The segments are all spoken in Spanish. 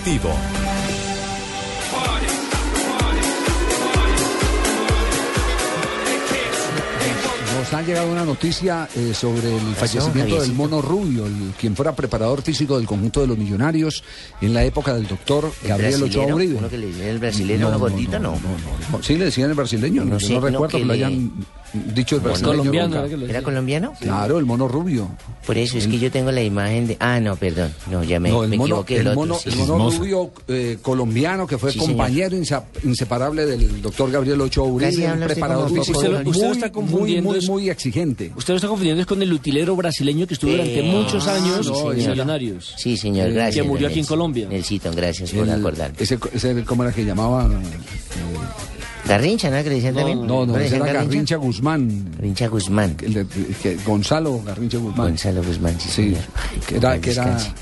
Vivo. Nos han llegado una noticia eh, sobre el fallecimiento del mono Rubio, el- quien fuera preparador físico del conjunto de los millonarios en la época del doctor Gabriel Ochoa brasilero, Uribe. uno que le decían el brasilero, uno gordito, no. no. Sí, le decían el brasileño, Uno no, sí, no uno recuerdo que que lo le- hayan dicho el brasileño. Colombiano, nunca. era que lo ¿Era decía. colombiano? Claro, el mono Rubio. Por eso es que yo tengo la imagen de. Ah, no, perdón. No, ya me, No, el me mono, equivoqué. el otro, mono, sí. el mono rubio eh, colombiano que fue Sí, señor. compañero insa- inseparable del doctor Gabriel Ochoa Casi Uribe, un habla usted preparador como físico Usted lo- muy, usted lo está muy, confundiendo muy, es- muy exigente. Usted lo está confundiendo es con el utilero brasileño que estuvo durante Eh, muchos ah, años sí, en señor. Millonarios. Sí, señor, gracias. que murió don aquí en Nelson. Colombia. Nelsito, gracias por El- acordarme. ese, ese- ¿Cómo era que llamaba? Garrincha, ¿no? Que le decían también. No, no, le ese decían era Garrincha Guzmán. Garrincha Guzmán. el de- que- Gonzalo Garrincha Guzmán. Gonzalo Guzmán, sí, Sí, señor. que era, que, era- Descanse.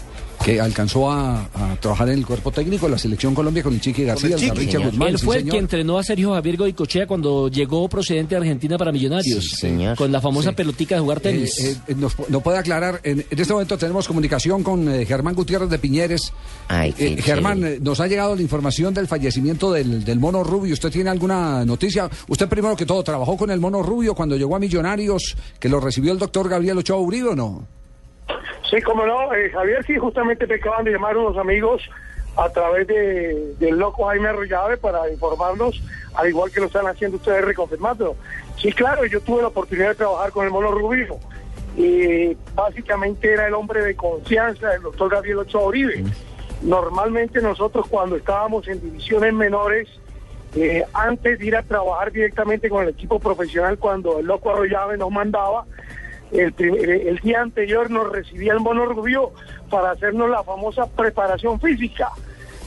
que alcanzó a, a trabajar en el cuerpo técnico de la Selección Colombia con el Chiqui García, el Garrincha señor. Guzmán. Él sí, fue el señor. que entrenó a Sergio Javier Goicochea cuando llegó procedente de Argentina para Millonarios. Sí, señor. Con la famosa Sí. pelotica de jugar tenis. Eh, eh, nos, nos puede aclarar, en, en este momento tenemos comunicación con eh, Germán Gutiérrez de Piñeres. Ay, qué chévere. Germán, eh, nos ha llegado la información del fallecimiento del, del mono rubio. ¿Usted tiene alguna noticia? Usted primero que todo, ¿trabajó con el mono rubio cuando llegó a Millonarios, que lo recibió el doctor Gabriel Ochoa Uribe o no? Sí, cómo no, eh, Javier, sí, justamente te acaban de llamar unos amigos a través de, del loco Jaime Arroyave para informarnos, al igual que lo están haciendo ustedes reconfirmando. Sí, claro, yo tuve la oportunidad de trabajar con el mono Rubio y básicamente era el hombre de confianza del doctor Gabriel Ochoa Uribe. Normalmente nosotros cuando estábamos en divisiones menores, eh, antes de ir a trabajar directamente con el equipo profesional cuando el loco Arroyave nos mandaba, el, prim- eh, el día anterior nos recibía el mono Rubio para hacernos la famosa preparación física.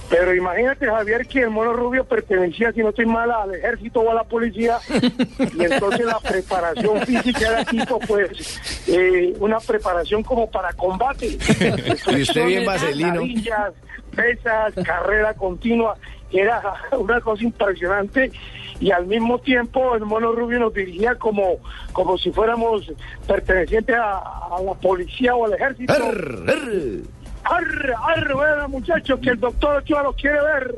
Pero imagínate, Javier, que el mono rubio pertenecía, si no estoy mal, al ejército o a la policía. Y entonces la preparación física era tipo, pues, eh, una preparación como para combate. Y usted bien Flexiones, vaselino. sentadillas, pesas, carrera continua. Era una cosa impresionante. Y al mismo tiempo, el mono rubio nos dirigía como, como si fuéramos pertenecientes a, a la policía o al ejército. Arre, arre, bueno, muchachos, que el doctor Ochoa los quiere ver.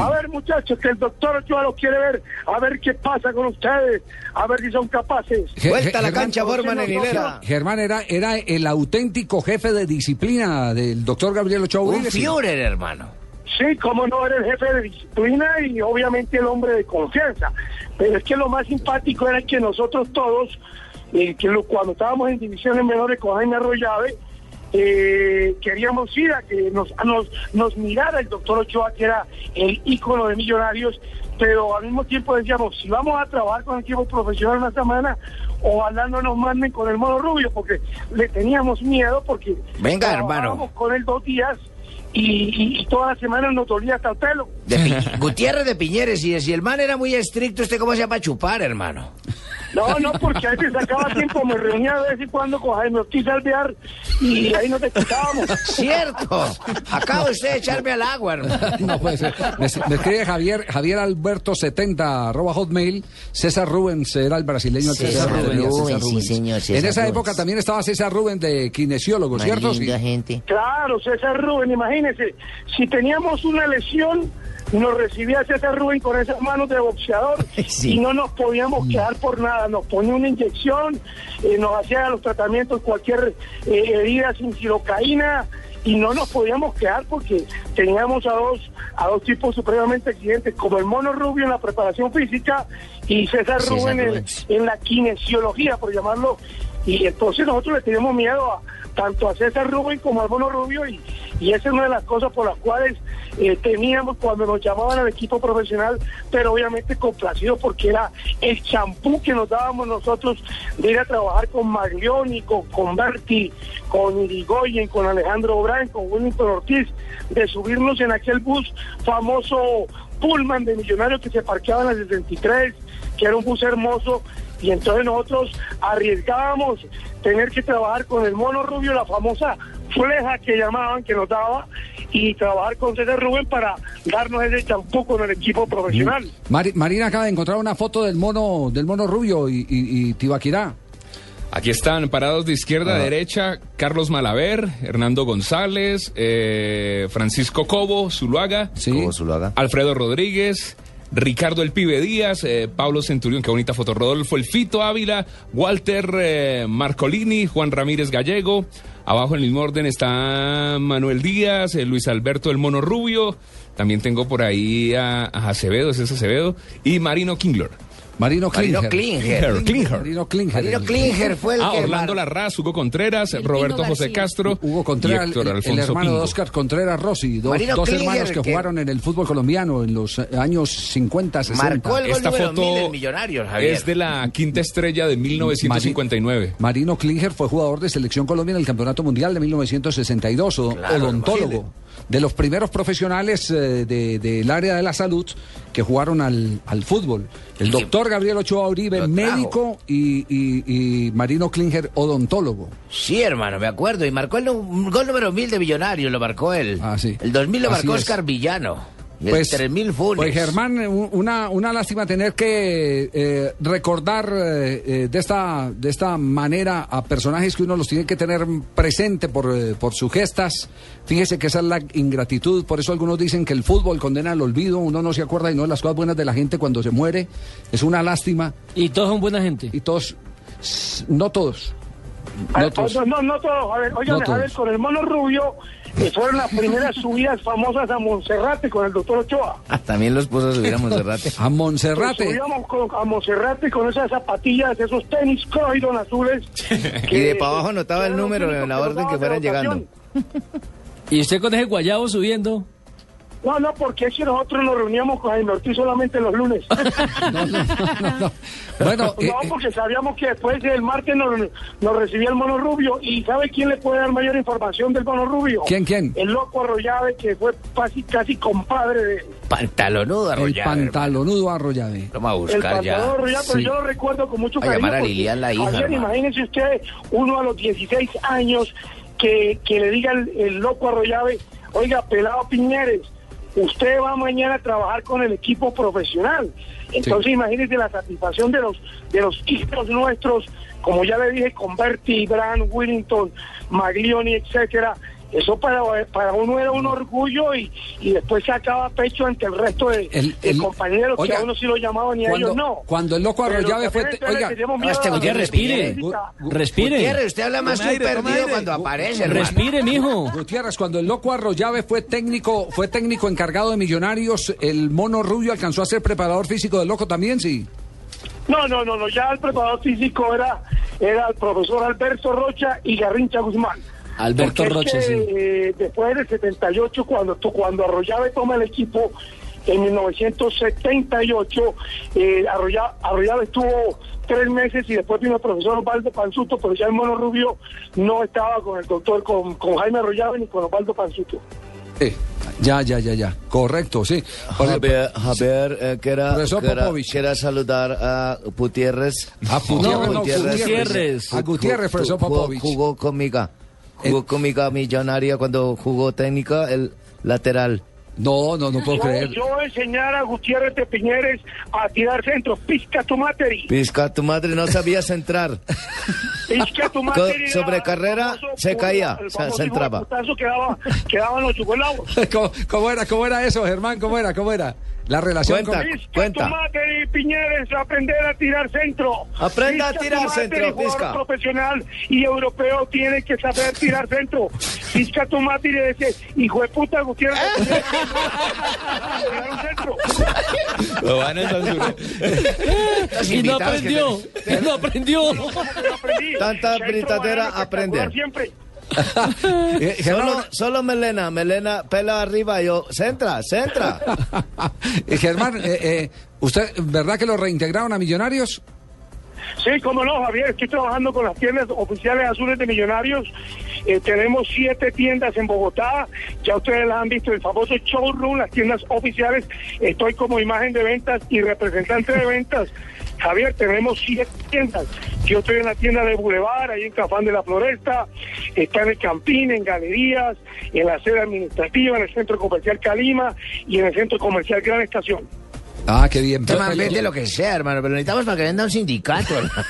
A ver, muchachos, que el doctor Ochoa los quiere ver. A ver qué pasa con ustedes. A ver si son capaces. Ge- Vuelta a Ge- la Germán- cancha, forman en hilera. Germán era, era el auténtico jefe de disciplina del doctor Gabriel Ochoa Un Uribe. sí. Führer, hermano. Sí, como no, era el jefe de disciplina y obviamente el hombre de confianza. Pero es que lo más simpático era que nosotros todos, eh, que lo- cuando estábamos en divisiones menores con Jaime Arroyave, eh, queríamos ir a que nos, a nos, nos mirara el doctor Ochoa, que era el ícono de Millonarios, pero al mismo tiempo decíamos, si vamos a trabajar con el equipo profesional una semana, ojalá no nos manden con el mono rubio, porque le teníamos miedo, porque Venga, hermano. trabajábamos con él dos días y, y, y toda la semana nos dolía hasta el pelo. De Pi- Gutiérrez de Piñeres. Y si el man era muy estricto, ¿usted cómo se llama chupar, hermano? No, no, porque ahí me sacaba tiempo, me reunía de vez en cuando con Jaime Ortiz Alvear y ahí nos escuchábamos. ¡Cierto! Acaba usted de echarme al agua, hermano. No puede ser. Me, me escribe Javier, Javier Alberto 70 arroba hotmail. César Rubens era el brasileño al que César se refería, Rubens, sí, señor, César en esa Rubens. época también estaba César Rubens de kinesiólogo, Más ¿cierto? linda gente. Claro, César Rubén, imagínese, si teníamos una lesión, nos recibía César Rubén con esas manos de boxeador Sí. y no nos podíamos quedar por nada. Nos ponía una inyección, eh, nos hacía los tratamientos, cualquier eh, herida sin silocaína y no nos podíamos quedar porque teníamos a dos a dos tipos supremamente exigentes, como el Mono Rubio en la preparación física y César, César Rubén en, Rubén. en la kinesiología, por llamarlo. Y entonces nosotros le tenemos miedo a, tanto a César Rubén como al Bono Rubio y, Y esa es una de las cosas por las cuales eh, teníamos cuando nos llamaban al equipo profesional, pero obviamente complacidos porque era el champú que nos dábamos nosotros de ir a trabajar con Maglioni, con, con Berti, con Irigoyen, con Alejandro Obrán, con Willington Ortiz, de subirnos en aquel bus famoso Pullman de Millonarios que se parqueaba en la 63, que era un bus hermoso, y entonces nosotros arriesgábamos tener que trabajar con el mono rubio, la famosa fleja que llamaban, que nos daba, y trabajar con César Rubén para darnos ese champú con el equipo profesional. Mari- Marina acaba de encontrar una foto del mono, del mono rubio y, y- y Tibaquirá. Aquí están parados de izquierda a Ah. derecha Carlos Malaver, Hernando González, eh, Francisco Cobo, Zuluaga, Sí. ¿Cómo Zuluaga? Alfredo Rodríguez, Ricardo El Pibe Díaz, eh, Pablo Centurión, qué bonita foto, Rodolfo El Fito Ávila, Walter eh, Marcolini, Juan Ramírez Gallego. Abajo en el mismo orden está Manuel Díaz, eh, Luis Alberto El Mono Rubio. También tengo por ahí a, a Acevedo, ese es Acevedo, y Marino Kingler. Marino Klinger. Marino Klinger. Marino Klinger. Marino El- Klinger fue el Ah, que... Orlando Larraz, Hugo Contreras, El Roberto Pino José García. Castro, Hugo Contreras, y el, Héctor el Alfonso hermano de Pingo. Oscar Contreras Rossi, dos, Marino dos Klinger, hermanos que, que- jugaron en el fútbol colombiano en los eh, años 50, 60. Marcó el gol Esta número foto 1000 del Millonarios, Javier. es de la quinta estrella de 1959. Marino Klinger fue jugador de selección Colombia en el Campeonato Mundial de 1962, o- Claro, odontólogo, imagínate. de los primeros profesionales eh, de- del área de la salud que jugaron al, al fútbol. El Y que doctor Gabriel Ochoa Uribe, lo trajo. médico, y, y- y Marino Klinger, odontólogo. Sí, hermano, me acuerdo. Y marcó el nu- gol número 1000 de Millonarios, lo marcó él. Ah, sí. El 2000 lo Así marcó es. Oscar Villano. Y el 3000 Funes. Pues Germán, un- una, una lástima tener que eh, recordar eh, eh, de, esta, de esta manera a personajes que uno los tiene que tener presente por, eh, por sus gestas. Fíjese que esa es la ingratitud, por eso algunos dicen que el fútbol condena al olvido, uno no se acuerda y no de las cosas buenas de la gente cuando se muere. Es una lástima Y todos son buena gente. y todos, s- no todos. Ah, No todos. No, no, no todos. A ver, oigan, No todos. a ver, con el mono rubio eh, fueron las primeras subidas famosas a Monserrate con el doctor Ochoa. Ah, también los puso a subir a Monserrate. A Pues Monserrate. subíamos con- a Monserrate con esas zapatillas, esos tenis Croydon azules. Y de pa' abajo anotaba el eran los número en únicos la que orden nos que daban de fueran rotación. llegando. Y usted con ese guayabo subiendo. No, no, porque es que nosotros nos reuníamos con Jaime Ortiz solamente los lunes. No, no, no, no. Bueno, eh, No, eh, porque sabíamos que después del martes nos, nos recibía el mono rubio. ¿Y sabe quién le puede dar mayor información del mono rubio? ¿Quién, quién? El loco Arroyave, que fue casi, casi compadre de Pantalonudo el arrollado. pantalonudo arrollave. Lo vamos a El buscar ya. Salvador Rueda, pero Sí. yo lo recuerdo con mucho A llamar cariño. a porque, Lilian, la hija, Javier, hermano. imagínense usted, uno a los 16 años, que, que le diga el, el loco Arroyave, oiga, pelado Piñeres, usted va mañana a trabajar con el equipo profesional. Entonces imagínense la satisfacción de los, de los hijos nuestros, como ya le dije, con Berti, Bran, Willington, Maglioni, etcétera. Eso para, para uno era un orgullo y, y después se acaba pecho ante el resto de, El- de el- compañeros que oiga, a uno sí lo llamaban y a cuando- ellos no. cuando el loco Pero Arroyave fue- también le oiga, teníamos no, miedo este a la Gutiérrez, Respire, Gu- Gu- respire, Gutiérrez, usted habla más que un perdido cuando aparece, hermano. respire, mijo. Gutiérrez, cuando el loco Arroyave fue técnico, fue técnico encargado de Millonarios, el mono rubio alcanzó a ser preparador físico del loco también, sí. No, no, no, no, ya el preparador físico era, era el profesor Alberto Rocha y Garrincha Guzmán. Alberto Porque es Rocha, que, sí. eh, después del 78, cuando, tú- cuando Arroyave toma el equipo, en 1978, eh, Arroya- Arroyave estuvo tres meses y después vino el profesor Osvaldo Panzuto, pero ya el mono rubio no estaba con el doctor, con, con Jaime Arroyave ni con Osvaldo Panzuto. Sí. Ya, ya, ya, ya. Correcto, sí. Ah, Por- Javier, Javier eh, quería, Profesor quería, Popovich. quería saludar a Gutiérrez. A Gutiérrez, no, Gutiérrez. Gutiérrez. A Ah, Gutiérrez, Ju- profesor jugó- Popovich. Eh. Jugó conmigo. Jugó conmigo a Millonaria cuando jugó técnica, el lateral. No, no, no puedo Yo, creer. yo voy a enseñar a Gutiérrez de Piñeres a tirar centro. Pisca tu materi. Pisca, tu madre no sabía centrar. Pisca tu materi. Co- sobre era carrera, famoso se por- caía, el se- famoso se entraba. hijo de putazo que daba- que daban los yugolavos. ¿Cómo, cómo era, cómo era eso, Germán? ¿Cómo era, cómo era? La relación Cuenta. con... Pisca tu materi, Piñeres, aprender a tirar centro. Aprenda a Pisca tu tirar materi, centro, jugador pisca. profesional y europeo tiene que saber tirar centro. Pisca tu materi, ese hijo de puta Gutiérrez. de Piñeres, tirar un centro. Lo van a censurar. Y no invitados que aprendió, tenés. y no aprendió. Yo aprendí. Tanta Centro, brindatera, banana, espectacular aprende. Siempre. Eh, solo, solo Melena, Melena pela arriba, yo, centra, centra. Eh, Germán, eh, eh, ¿usted, verdad que lo reintegraron a Millonarios? Sí, cómo no, Javier. Estoy trabajando con las tiendas oficiales azules de Millonarios. Eh, tenemos siete tiendas en Bogotá. Ya ustedes las han visto, el famoso showroom, las tiendas oficiales. Estoy como imagen de ventas y representante de ventas. Javier, tenemos siete tiendas. Yo estoy en la tienda de Boulevard, ahí en Cafán de la Floresta. Está en el Campín, en Galerías, en la sede administrativa, en el Centro Comercial Calima y en el Centro Comercial Gran Estación. Ah, qué bien. Este man vende lo que sea, hermano, pero necesitamos para que venda un sindicato. hermano.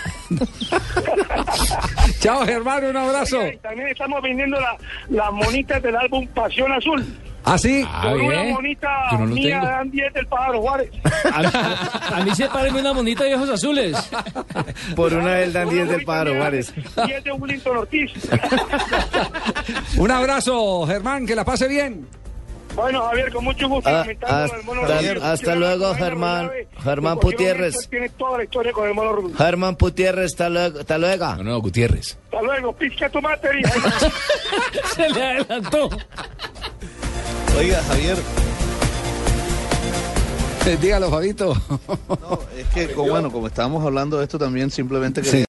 Chao, Germán, un abrazo. Y también estamos vendiendo la- las monitas del álbum Pasión Azul. ¿Ah, sí? Por una ¿Eh? monita Yo no lo mía tengo. dan 10 del pájaro Juárez. A, a mí se párenme una monita de ojos azules. Por una del Dan 10 del Ahorita Paro, me dan Juárez. 10 de Willington Ortiz. Un abrazo, Germán, que la pase bien. Bueno, Javier, con mucho gusto. Ah, comentándolo hasta- del mono hasta- Ramírez. hasta Quiero luego, hablar con Germán- Jaime Rodríguez. Germán En cualquier momento Gutiérrez. Tiene toda la historia con el mono Rubio. Germán Gutiérrez, hasta luego. Hasta luego. No, no, Gutiérrez. Hasta luego, pizca tu materia. Se le adelantó. Oiga, Javier, Eh, Dígalo, Fabito. Eh, es que, como- bueno, como estábamos hablando de esto también, simplemente quería...